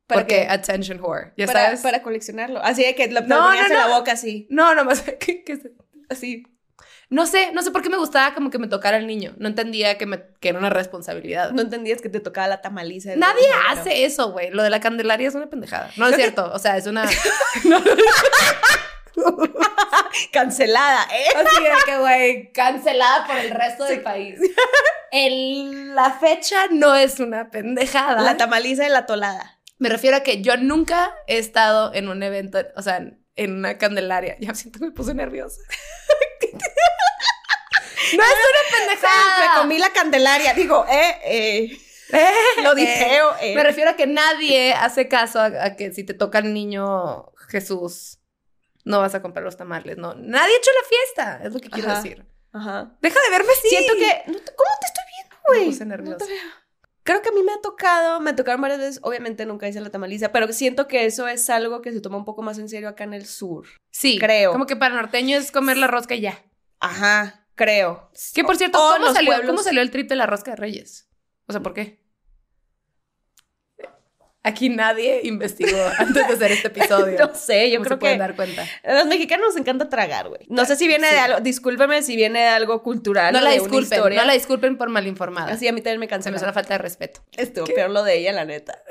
A: ¿Para
B: porque
A: qué?
B: attention whore. Ya
A: para,
B: sabes.
A: para coleccionarlo. Así de que la, te lo
B: No,
A: ponías
B: no,
A: en
B: no.
A: la boca así.
B: No, nomás que, que se- así. No sé, no sé por qué me gustaba como que me tocara el niño. No entendía que, me, que era una responsabilidad.
A: No entendías que te tocaba la tamaliza. del
B: Nadie
A: dinero.
B: hace eso, güey. Lo de la candelaria es una pendejada. No es cierto. O sea, es una. Así
A: Cancelada, ¿eh?
B: de que, güey, cancelada por el resto del país. El- la fecha no es una pendejada.
A: La tamaliza y la tolada.
B: Me refiero a que yo nunca he estado en un evento, o sea, en- en una candelaria. Ya siento que me puse nerviosa. no es una pendejada.
A: Me comí la candelaria. Digo, eh, eh.
B: Eh,
A: Lo
B: eh.
A: dijeo, eh.
B: Me refiero a que nadie hace caso a, a que si te toca el niño Jesús, no vas a comprar los tamales. No, nadie ha hecho la fiesta, es lo que quiero
A: Ajá.
B: decir.
A: Ajá.
B: Deja de verme así.
A: Siento que. no te- ¿Cómo te estoy viendo, güey?
B: Me puse nerviosa.
A: No te veo. Creo que a mí me ha tocado, me tocaron varias veces, obviamente nunca hice la tamaliza, pero siento que eso es algo que se toma un poco más en serio acá en el sur.
B: Sí,
A: creo.
B: Como que para norteño es comer la rosca y ya.
A: Ajá, creo.
B: Que por cierto,
A: O en
B: ¿cómo
A: los
B: salió,
A: pueblos.
B: ¿cómo salió el trip de la rosca de Reyes? O sea, ¿por qué? Aquí nadie investigó antes de hacer este episodio.
A: No sé, yo
B: Como se
A: creo
B: pueden
A: que
B: dar cuenta.
A: a los mexicanos nos encanta tragar, güey. No sé si viene
B: Sí.
A: de algo, discúlpeme si viene de algo cultural.
B: No
A: o
B: la
A: de una
B: disculpen,
A: historia.
B: no la disculpen por malinformada.
A: Así a mí también me
B: se
A: cansa.
B: me hace una falta de respeto.
A: Estuvo peor lo de ella, la neta.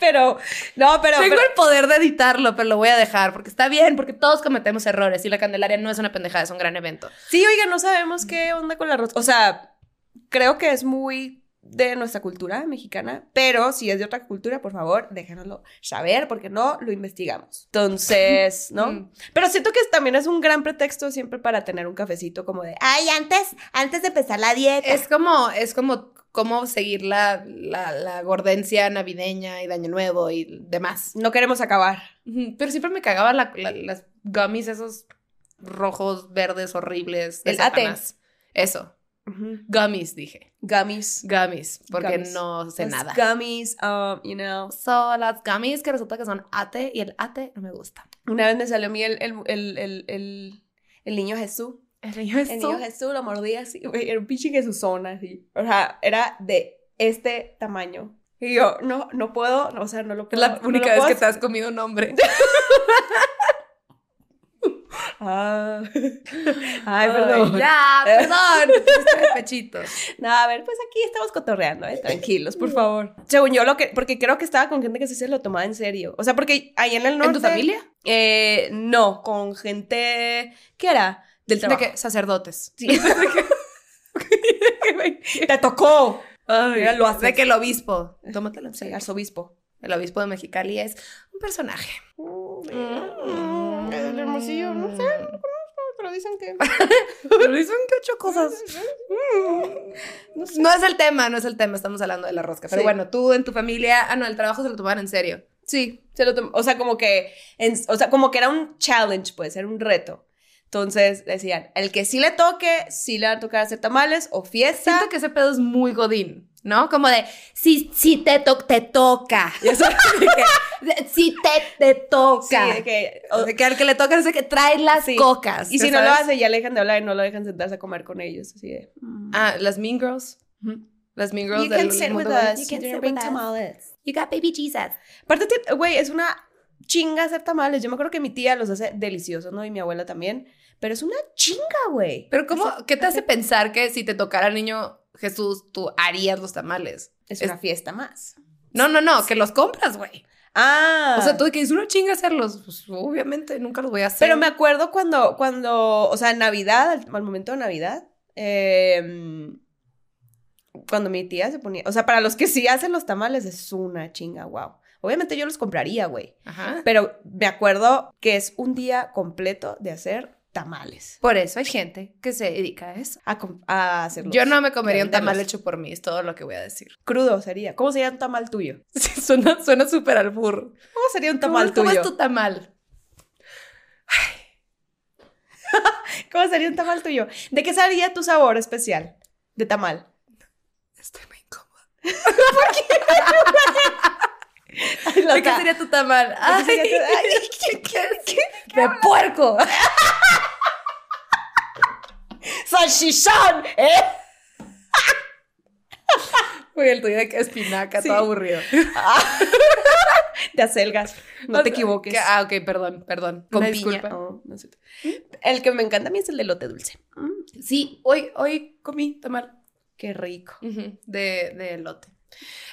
A: pero, no, pero.
B: Tengo
A: pero-
B: el poder de editarlo, pero lo voy a dejar porque está bien, porque todos cometemos errores y la Candelaria no es una pendejada, es un gran evento.
A: sí, oiga, no sabemos qué onda con la rosca. O sea, creo que es muy de nuestra cultura mexicana, pero si es de otra cultura, por favor, déjanoslo saber, porque no lo investigamos. Entonces, ¿no?
B: Mm.
A: Pero siento que también es un gran pretexto siempre para tener un cafecito como de, ay, antes, antes de empezar la dieta.
B: Es como, es como cómo seguir la, la, la gordencia navideña y de Año Nuevo y demás.
A: no queremos acabar.
B: Ujú, Pero siempre me cagaba la- la- las gummies esos rojos, verdes, horribles. de
A: El ate.
B: Satanás. Eso, gummies dije.
A: Gummies.
B: Gummies, porque
A: Gummies.
B: no sé
A: Los
B: nada.
A: Pues, Gummies, um, you know.
B: Son las gummies que resulta que son ate y el ate no me gusta.
A: Una vez me salió a mí el, el, el, el, el- el niño Jesús.
B: El niño
A: El niño Jesús lo mordía así, güey, era un pinche Jesúsona así. O sea, era de este tamaño. Y yo, no, no puedo, no, o sea, no lo
B: Es
A: puedo.
B: la
A: no
B: única
A: lo
B: vez que
A: puedo
B: te has comido un hombre.
A: Ah. Ay, perdón.
B: ya, perdón. Este pechito.
A: No, a ver, pues aquí estamos cotorreando, ¿eh? Tranquilos, por favor. Según yo, lo que, porque creo que estaba con gente que sí se lo tomaba en serio. O sea, porque ahí en el norte.
B: ¿En tu familia?
A: Eh, no, con gente. ¿Qué era? Del
B: ¿De
A: trabajo.
B: qué? Sacerdotes.
A: Sí. Te tocó. Mira, lo haces.
B: De que el obispo. Tómatelo en
A: Sí,
B: serio.
A: arzobispo.
B: El obispo de Mexicali es un personaje.
A: Mm,
B: Mm.
A: El hermosillo, no sé, pero dicen que.
B: Pero dicen que ocho cosas. No, es el tema, no es el tema. Estamos hablando de la rosca. Pero
A: Sí.
B: bueno, tú en tu familia. Ah, no, el trabajo se lo tomaban en serio.
A: Sí, se lo tom- O sea, como que. en- o sea, como que era un challenge, pues, era un reto. Entonces decían, el que sí le toque, sí le van a tocar hacer tamales o fiesta.
B: Siento que ese pedo es muy godín, ¿no? Como de, si, si te, to- te toca. Ya sabes, de que, de- si te, te toca.
A: Sí, de que- o-
B: O de que al que le toca es de que trae las
A: Sí.
B: cocas.
A: y
B: ya
A: si no lo
B: sabes.
A: hace, ya le dejan de hablar y no lo dejan sentarse a comer con ellos. Así de. mm.
B: Ah, las ah, Mean Girls.
A: Ujú.
B: Las Mean Girls
A: You
B: del
A: can sit with
B: mundo
A: us.
B: You
A: You can
B: can sit
A: bring
B: with us.
A: tamales.
B: You got baby Jesus.
A: Aparte, te- güey, es una chinga hacer tamales. Yo me acuerdo que mi tía los hace deliciosos, ¿no? Y mi abuela también. Pero es una chinga, güey.
B: Pero ¿cómo? ¿Qué te hace pensar que si te tocara el niño Jesús, tú harías los tamales?
A: Es
B: es-
A: una fiesta más.
B: No, no, no, que los compras, güey.
A: Ah.
B: O sea, tú de que es una chinga hacerlos. Pues obviamente nunca los voy a hacer.
A: Pero me acuerdo cuando, cuando, o sea, en Navidad, al, al momento de Navidad, eh, cuando mi tía se ponía, o sea, para los que sí hacen los tamales es una chinga, wow. Obviamente yo los compraría, güey.
B: Ajá.
A: Pero me acuerdo que es un día completo de hacer tamales.
B: Por eso hay gente que se dedica a eso.
A: A, com- a hacerlos.
B: Yo no me comería un
A: venderlos.
B: tamal hecho por mí, es todo lo que voy a decir.
A: Crudo sería. ¿Cómo sería un tamal tuyo?
B: Sí, suena suena súper al burro.
A: ¿Cómo sería un
B: ¿Cómo,
A: tamal
B: cómo
A: tuyo?
B: es tu tamal?
A: ¿Cómo sería un tamal tuyo? ¿De qué sería tu sabor especial de tamal?
B: Estoy muy incómoda.
A: La
B: ¿De qué
A: ta-
B: sería tu tamal?
A: ¿De qué sería tu-
B: Ay, ¿qué- qué- de puerco.
A: ¡Salchichón! ¿Eh?
B: Güey, el tuyo de que espinaca,
A: Sí.
B: todo aburrido.
A: de acelgas. No te equivoques.
B: Que- ah, ok, perdón, perdón. Con
A: Una
B: piña.
A: disculpa. Oh, no sé. El que me encanta a mí es el de elote dulce. Mm,
B: Sí, hoy, hoy comí tamal
A: qué rico.
B: ujú, de, de elote.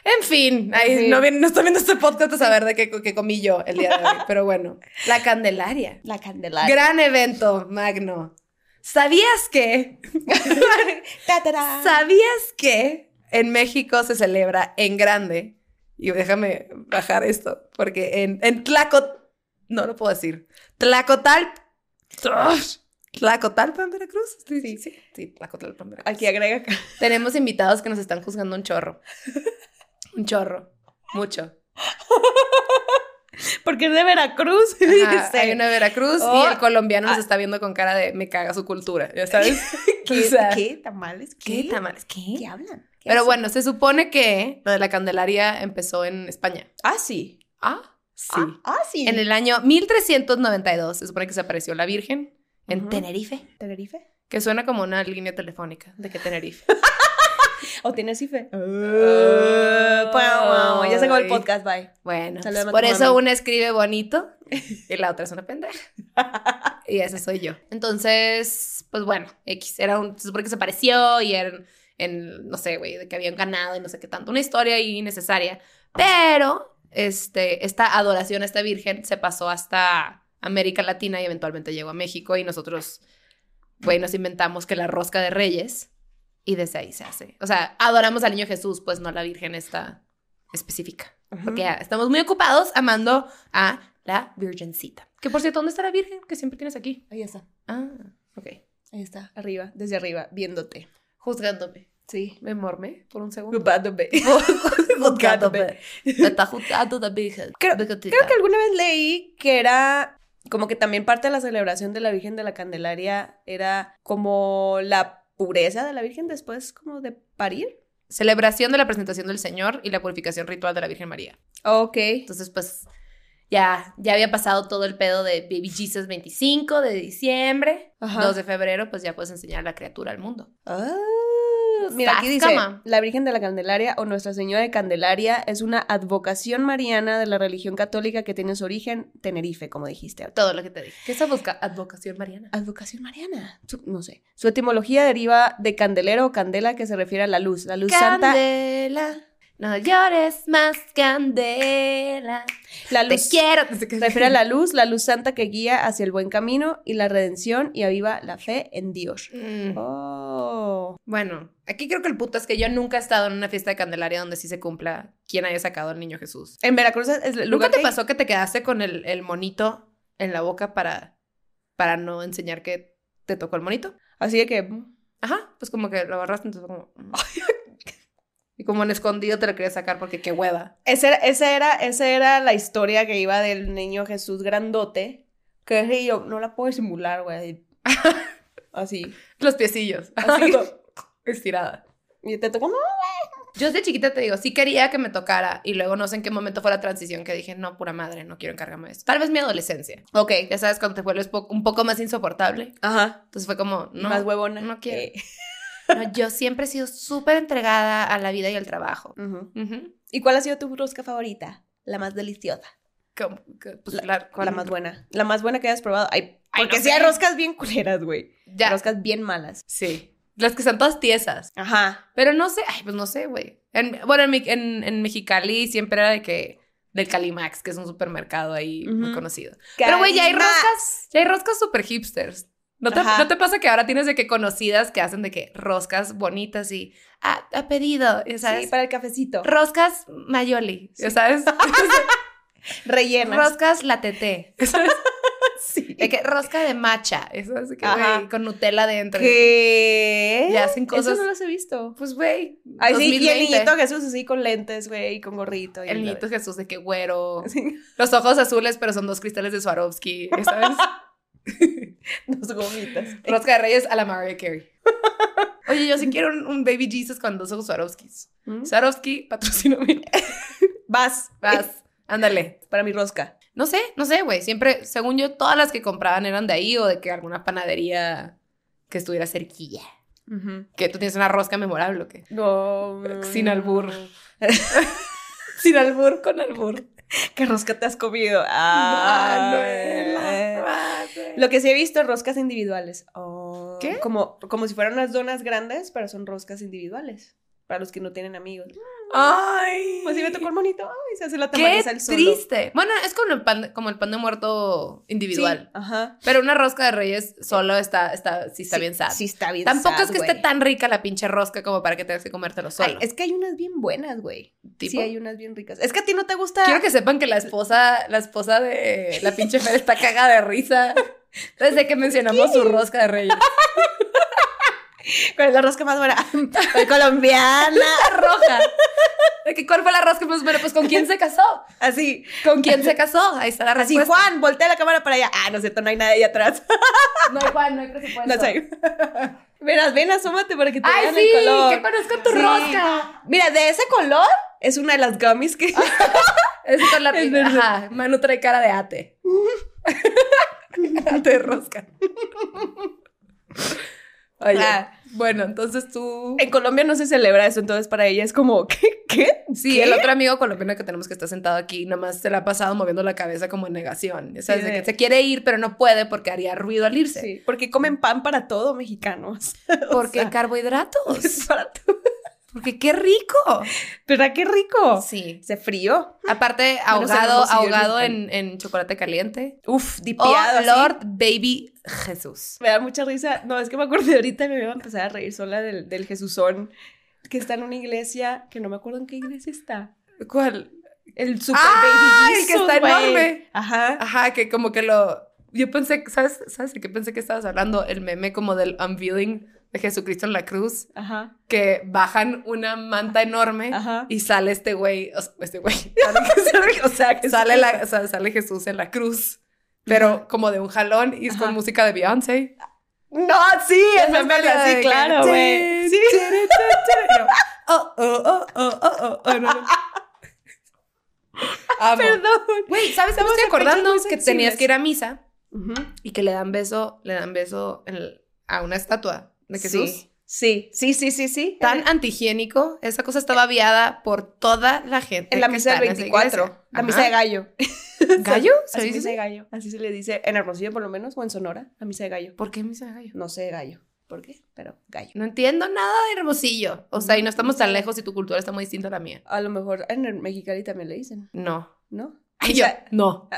B: En fin, ahí
A: En fin.
B: No, viene- no está viendo este podcast a saber de qué, qué comí yo el día de hoy. Pero bueno, la Candelaria.
A: La candelaria.
B: Gran evento, Magno. ¿Sabías que?
A: Ta-ta-ra.
B: ¿Sabías que en México se celebra en grande? Y déjame bajar esto, porque en, en Tlaco... No lo puedo decir. Tlacotalp... Tlacotalpa en Veracruz. Sí, sí, sí. sí Tlacotalpa en Veracruz.
A: Aquí agrega acá.
B: Tenemos invitados que nos están juzgando un chorro. Un chorro. Mucho.
A: Porque es de Veracruz.
B: Ajá,
A: dice.
B: hay uno de Veracruz
A: Oh.
B: y el colombiano nos
A: Ah.
B: está viendo con cara de me caga su cultura, ¿ya sabes?
A: ¿Qué,
B: O sea,
A: qué tamales?
B: ¿Qué tamales?
A: ¿Qué ¿Eh?
B: ¿Qué?
A: hablan? ¿Qué
B: Pero
A: hacen?
B: bueno, se supone que lo de la Candelaria empezó en España.
A: Ah, sí.
B: Ah, sí.
A: Ah, ah, sí.
B: En el año 1392 se supone que se apareció la Virgen en
A: Ujú.
B: Tenerife,
A: Tenerife.
B: que suena como una línea telefónica de que Tenerife.
A: ¿O tienes IFE? Oh.
B: Ah.
A: Pau, pau. ya se acabó el podcast, bye.
B: Bueno,
A: Saludos
B: pues,
A: a
B: por
A: tu
B: eso
A: mami.
B: una escribe bonito y la otra es una pendeja. Y esa soy yo. Entonces, pues bueno, X era un, se supone que se pareció y eran en, no sé, güey, de que habían ganado y no sé qué tanto, una historia ahí innecesaria. Pero, este, esta adoración a esta virgen se pasó hasta América Latina y eventualmente llegó a México y nosotros, güey, nos inventamos que la rosca de reyes y desde ahí se hace. O sea, adoramos al niño Jesús, pues no a la virgen esta específica. Porque
A: ah.
B: ya estamos muy ocupados amando a la Virgencita. Que por cierto, ¿dónde está la Virgen que siempre tienes aquí?
A: Ahí está.
B: Ah, ok.
A: Ahí está. Arriba, desde arriba, viéndote.
B: Juzgándome.
A: Sí.
B: Me mormé por un segundo.
A: Juzgándome.
B: Juzgándome. Me está juzgando la Virgen.
A: Creo-
B: Virgencita.
A: Creo que alguna vez leí que era como que también parte de la celebración de la Virgen de la Candelaria era como la pureza de la Virgen después como de parir.
B: Celebración de la presentación del Señor y la purificación ritual de la Virgen María.
A: Ok.
B: Entonces, pues, ya, ya había pasado todo el pedo de Baby Jesus 25 de diciembre.
A: Ajá.
B: 2 de febrero, pues ya puedes enseñar a la criatura al mundo.
A: Ah, Mira, aquí dice,
B: Sascama.
A: la Virgen de la Candelaria o Nuestra Señora de Candelaria es una advocación mariana de la religión católica que tiene su origen Tenerife, como dijiste.
B: Todo lo que te dije. ¿Qué es busca advocación mariana?
A: Advocación mariana, Su- no sé. Su etimología deriva de candelero o candela que se refiere a la luz, la luz santa,
B: Candela, no llores más, Candela.
A: la
B: Te
A: luz
B: quiero.
A: Se refiere a la luz, la luz santa que guía hacia el buen camino y la redención y aviva la fe en Dios.
B: Mm.
A: Oh.
B: Bueno, aquí creo que el punto es que yo nunca he estado en una fiesta de Candelaria donde sí se cumpla quien haya sacado al niño Jesús.
A: En Veracruz es el
B: ¿Nunca
A: lugar
B: te
A: que-
B: pasó que te quedaste con el, el monito en la boca para, para no enseñar que te tocó el monito?
A: Así de que mm,
B: Ajá, pues como que lo agarraste, entonces como... mm. Y como en escondido te lo querías sacar porque qué hueva.
A: esa era, esa era, esa era la historia que iba del niño Jesús grandote, que dije yo, no la puedo simular, güey. Así.
B: Los piecillos.
A: Así.
B: Estirada.
A: Y te tocó, no,
B: Yo desde chiquita te digo, sí quería que me tocara y luego no sé en qué momento fue la transición que dije, no, pura madre, no quiero encargarme de esto. Tal vez mi adolescencia.
A: Ok.
B: Ya sabes, cuando te vuelves po- un poco más insoportable.
A: Ajá.
B: Entonces fue como, no.
A: Más huevona.
B: no quiero.
A: Eh,
B: No, yo siempre he sido súper entregada a la vida y al trabajo.
A: Ujú.
B: Ujú.
A: ¿Y cuál ha sido tu rosca favorita? La más deliciosa.
B: Como que, pues, la,
A: La más buena. La más buena que hayas probado. Ay,
B: Ay,
A: porque
B: no
A: sí hay
B: sé.
A: roscas bien culeras, güey.
B: Ya.
A: Roscas bien malas.
B: Sí. Las que están todas tiesas.
A: Ajá.
B: Pero no sé, ay, pues no sé, güey. En- bueno, en, mi- en, en Mexicali siempre era de que del Calimax, que es un supermercado ahí muy
A: Ujú.
B: conocido. Pero, güey, ya hay roscas, ya hay roscas super hipsters. ¿No te,
A: Ajá.
B: ¿No te pasa que ahora tienes de que conocidas que hacen de que roscas bonitas y ah, a pedido,
A: ¿Sabes?
B: ya ¿sabes?
A: Sí, para el cafecito.
B: Roscas mayoli, ya
A: Sí.
B: ¿sabes?
A: Rellenas.
B: roscas la teté, ya ¿sabes?
A: Sí.
B: De que rosca de macha, ya ¿sabes? De que,
A: Ajá.
B: güey, con Nutella dentro.
A: ¿Qué?
B: Y hacen cosas.
A: Eso no los he visto.
B: Pues, güey.
A: Ay, sí, y el
B: 2020.
A: niñito Jesús así con lentes, güey, y con gorrito. y
B: El
A: la-
B: niñito Jesús de que güero.
A: Sí,
B: Los ojos azules, pero son dos cristales de Swarovski, ya ¿sabes?
A: Dos gomitas.
B: Rosca de Reyes a la Mariah Carey. Oye, yo sí quiero un, un Baby Jesus con dos ojos Swarovskis.
A: ¿Mm?
B: Swarovski, patrocíname.
A: Vas, vas.
B: Vas, ándale.
A: Para mi rosca.
B: No sé, no sé, güey. Siempre, según yo, todas las que compraban eran de ahí o de que alguna panadería que estuviera cerquilla. Que tú tienes una rosca memorable o qué.
A: No. mm,
B: Sin albur.
A: Sin albur, con
B: albur.
A: ¿Qué rosca te has comido?
B: Ah, Manuela,
A: Ah,
B: Manuela.
A: Lo que sí he visto, roscas individuales. Oh,
B: ¿Qué?
A: Como, como si fueran unas donas grandes, pero son roscas individuales. Para los que no tienen amigos.
B: Ay.
A: Pues si me tocó el monito, ay, se hace la
B: Qué
A: tamaliza el solo.
B: triste. Bueno, es como el pan, de- como el pan de muerto
A: Sí,
B: individual.
A: ajá.
B: Pero una rosca de reyes solo está, está, sí está bien sad.
A: Sí, está bien
B: Tampoco
A: sad,
B: es que
A: güey.
B: esté tan rica la pinche rosca como para que tengas que comértelo
A: Ay,
B: solo.
A: es que hay unas bien buenas, güey.
B: Tipo,
A: Sí, hay unas bien ricas. Es que a ti no te gusta.
B: Quiero que sepan que la esposa, la esposa de la pinche Fer está caga de risa. Desde que mencionamos su rosca de reyes.
A: ¿Cuál es la rosca más buena? Soy colombiana.
B: La roja. De que, ¿Cuál fue la rosca? Pues bueno, pues con quién se casó.
A: Así.
B: ¿Con quién se casó? Ahí está la
A: Así,
B: respuesta.
A: Juan, voltea la cámara para allá. Ah, no es cierto, no hay nadie atrás.
B: No hay Juan, no hay presupuesto.
A: No sé. Verás, ven, asómate para que te
B: Ay,
A: vean
B: sí,
A: el color.
B: que conozco tu
A: Sí.
B: rosca.
A: Mira, de ese color es una de las gummies que.
B: Es con la
A: Es verdad.
B: Ajá, Manu trae cara de ate. ate de rosca. Oye,
A: Ah.
B: bueno, entonces tú...
A: En Colombia no se celebra eso, entonces para ella es como, ¿qué? ¿Qué?
B: Sí,
A: ¿Qué?
B: el otro amigo colombiano que tenemos que está sentado aquí, nomás se la ha pasado moviendo la cabeza como en negación. O sea,
A: Sí,
B: de
A: de-
B: que se quiere ir, pero no puede porque haría ruido al irse.
A: Sí, porque comen pan para todo, mexicanos. O
B: Porque
A: sea,
B: carbohidratos.
A: para todo.
B: Porque qué rico.
A: ¿Verdad qué rico?
B: Sí.
A: Se frío.
B: Aparte,
A: Menos el
B: ahogado,
A: hermosillo
B: ahogado en,
A: mexicano.
B: en chocolate caliente.
A: Uf,
B: Oh,
A: dipiado. así.
B: Lord Baby Jesús.
A: Me da mucha risa. No, es que me acordé ahorita me iba a empezar a reír sola del, del Jesusón que está en una iglesia que no me acuerdo en qué iglesia está.
B: ¿Cuál?
A: El Super
B: Ah,
A: Baby
B: el que
A: Jesus,
B: está
A: güey.
B: enorme.
A: Ajá.
B: Ajá, que como que lo. Yo pensé, ¿sabes? ¿Sabes de qué pensé que estabas hablando? El meme como del unveiling de Jesucristo en la cruz,
A: Ajá.
B: que bajan una manta enorme
A: Ajá.
B: y sale este güey, o sea, este güey,
A: o sea, que
B: sale, la, o sea, sale Jesús en la cruz, pero
A: Ajá.
B: como de un jalón y es
A: Ajá.
B: con música de Beyoncé.
A: No, sí, es
B: Ya
A: verdad,
B: sabes, la
A: sí,
B: de
A: claro,
B: que-
A: güey. Sí.
B: Oh, oh, oh, oh, oh, oh, oh, no, no. Amo.
A: Ah, Perdón.
B: Güey, ¿sabes? qué Ah,
A: Estamos
B: Me estoy
A: en fechas
B: acordando
A: muy
B: que tenías
A: sensibles.
B: que ir a misa. y que le dan beso, le dan beso en el- a una estatua de Jesús.
A: Sí, sí, sí, sí, sí.
B: Tan antihigiénico, esa cosa estaba viada por toda la gente.
A: en la
B: que
A: misa del
B: está en esa
A: 24.
B: iglesia.
A: La misa de
B: Ajá.
A: gallo.
B: gallo. ¿Se
A: Así
B: dice?
A: misa de gallo. Así se le dice en Hermosillo, por lo menos, o en Sonora, la misa de gallo.
B: ¿Por qué misa de gallo?
A: No sé gallo. ¿Por qué? Pero gallo.
B: No entiendo nada de Hermosillo. O sea, y no estamos tan lejos y tu cultura está muy distinta a la mía.
A: A lo mejor en el Mexicali también le dicen,
B: No.
A: ¿no?
B: Ay,
A: O
B: yo,
A: sea-
B: no.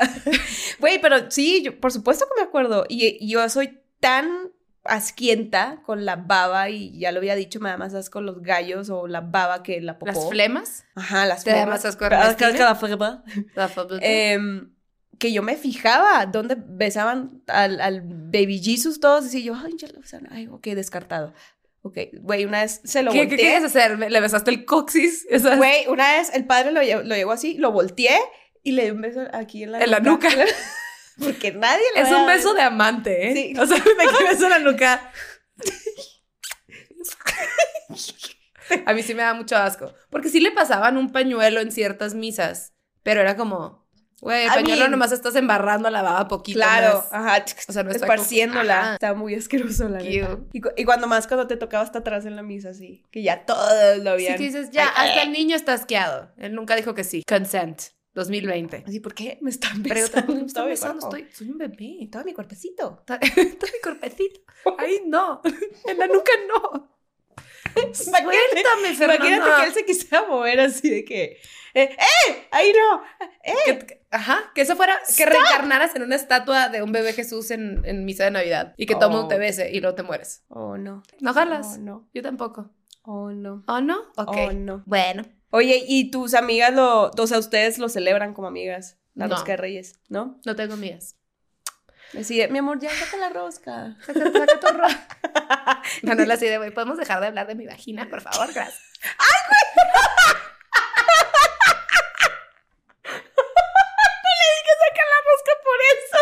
A: Güey, pero sí, yo, por supuesto que me acuerdo. Y, y yo soy tan asquienta con la baba y ya lo había dicho, me da más asco los gallos o la baba que la popó.
B: Las flemas.
A: Ajá, las
B: ¿Te da
A: flemas.
B: más asco
A: Pero-
B: Ernestina?
A: que la flema.
B: La fa-
A: Em, que yo me fijaba dónde besaban al, al baby Jesus todos y yo, ay, ya lo besaron. Ay, ok, descartado. Ok, güey, una vez se lo
B: ¿Qué, ¿Qué
A: volteé.
B: quieres hacer? ¿Le besaste el coxis? Esas-
A: Güey, una vez el padre lo, lle- lo llevó así, lo volteé y le di un beso aquí en la
B: En la nuca.
A: Porque nadie le
B: es
A: va a
B: un
A: dar-
B: beso de amante, ¿eh?
A: Sí.
B: O sea, me que beso en la nuca. A mí sí me da mucho asco. Porque sí le pasaban un pañuelo en ciertas misas, pero era como, Güey,
A: I
B: el pañuelo
A: mean-
B: nomás estás embarrando la baba poquito.
A: Claro,
B: más.
A: ajá,
B: O sea, no está
A: esparciéndola.
B: como- Ajá.
A: Está muy asqueroso, la
B: Ew.
A: neta. Y, cu- y cuando más cuando te tocaba hasta atrás en la misa, así, que ya todos lo
B: Si
A: habían.
B: que dices, ya,
A: Ay, eh.
B: hasta el niño está asqueado. Él nunca dijo que sí. Consent, 2020.
A: Así, ¿por qué me están
B: Pero
A: besando?
B: tampoco me está
A: todo mi
B: besando,
A: cuerpo?
B: estoy, soy un bebé.
A: Todo mi cuerpecito.
B: Está, está mi cuerpecito. Ahí no. En la nuca no. Suéltame, Fernanda.
A: Imagínate que él se quisiera mover así de que, eh, ¡eh! ¡Ahí no!
B: que, que- ajá, que eso fuera, que reencarnaras en una estatua de un bebé Jesús en, en misa de Navidad y que todo el mundo
A: Oh.
B: te bese y luego te mueres.
A: Oh, no.
B: No
A: Oh,
B: jalas.
A: no.
B: Yo tampoco.
A: Oh, no.
B: ¿O no? Ok.
A: Oh, no.
B: Bueno.
A: Oye, ¿y tus amigas lo, o sea, ustedes lo celebran como amigas? La
B: No.
A: rosca de Reyes, ¿no?
B: No tengo amigas.
A: Así de, mi amor, ya saca la rosca.
B: Saca, saca tu ro- Manuela así de, güey, ¿podemos dejar de hablar de mi vagina, por favor? Gracias.
A: saca la rosca por eso.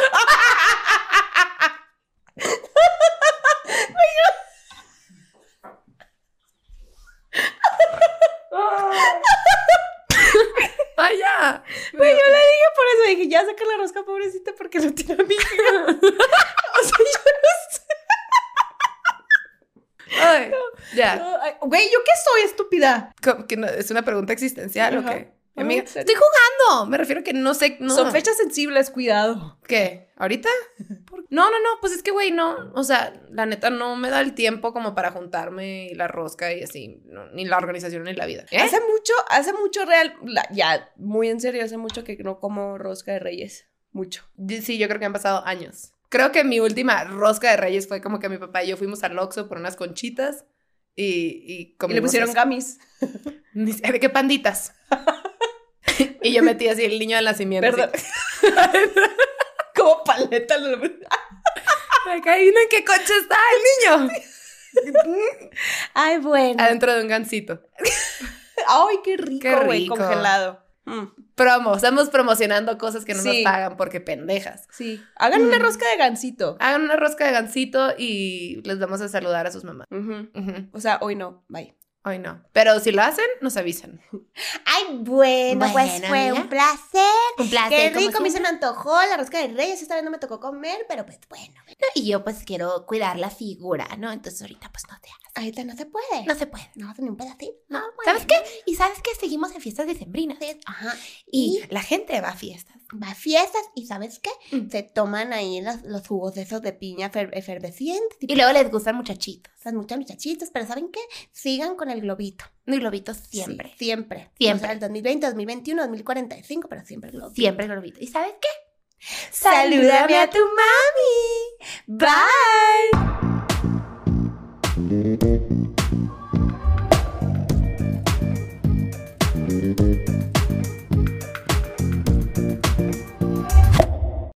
B: ¡Vaya!
A: Güey, yo le dije por eso. Dije, ya saca la rosca, pobrecita, porque lo tiene a mí. o sea, yo no sé.
B: Ay, ya.
A: No, ay, Güey, ¿yo qué soy, estúpida?
B: ¿Cómo que no- ¿Es una pregunta existencial o
A: Ajá.
B: qué? Amiga,
A: Ah, ¿en serio?
B: estoy jugando. Me refiero que no sé. No.
A: Son fechas sensibles, cuidado.
B: ¿Qué? ¿Ahorita? ¿Por- No, no, no. Pues es que, güey, no. O sea, la neta no me da el tiempo como para juntarme y la rosca y así. no, ni la organización ni la vida. ¿Eh?
A: Hace mucho, hace mucho real, la- ya, muy en serio, hace mucho que no como rosca de reyes. Mucho.
B: Yo- Sí, yo creo que han pasado años. Creo que mi última rosca de Reyes fue como que mi papá y yo fuimos al Oxxo por unas conchitas y, y
A: Y
B: comimos
A: le pusieron
B: eso.
A: gamis.
B: Ni sé- ¿De qué panditas? y yo metí así el niño del nacimiento. así.
A: Perdón. Como paleta. lo-
B: Ay, Karina, ¿en qué coche está el niño?
A: Ay, bueno.
B: Adentro de un gancito.
A: Ay, qué rico,
B: Qué
A: güey,
B: rico.
A: congelado. Mm,
B: Promo, estamos promocionando cosas que no
A: Sí.
B: nos pagan porque pendejas.
A: sí. Hagan una
B: Mm.
A: rosca de gansito.
B: Hagan una rosca de gancito y les vamos a saludar a sus mamás.
A: Ujú.
B: Ujú.
A: O sea, hoy no. Bye.
B: Hoy no. Pero si lo hacen, nos avisan.
A: Ay, bueno, pues
B: Bueno,
A: fue
B: amiga.
A: un placer.
B: Un placer.
A: Qué rico, a mí se me antojó la rosca de reyes. Esta vez no me tocó comer, pero pues bueno.
B: Y yo pues quiero cuidar la figura, ¿no? Entonces ahorita pues no te
A: Ahorita no se puede.
B: se puede.
A: No, ni un pedacito.
B: No,
A: ¿Sabes
B: qué? Y sabes que seguimos en fiestas decembrinas.
A: Ajá.
B: Y la gente va a fiestas.
A: Va a fiestas y ¿sabes qué?
B: Mm.
A: Se toman ahí los, los jugos de esos de piña efer- efervescientes.
B: Y luego les gustan muchachitos.
A: Están muchos muchachitos, pero ¿saben qué? Sigan con el globito.
B: Y globitos
A: Sí, siempre.
B: Siempre.
A: O sea, el 2020, 2021, 2045, pero siempre el globito.
B: Siempre globito. ¿Y sabes qué?
A: Salúdame a tu mami. Bye.
C: Thank you.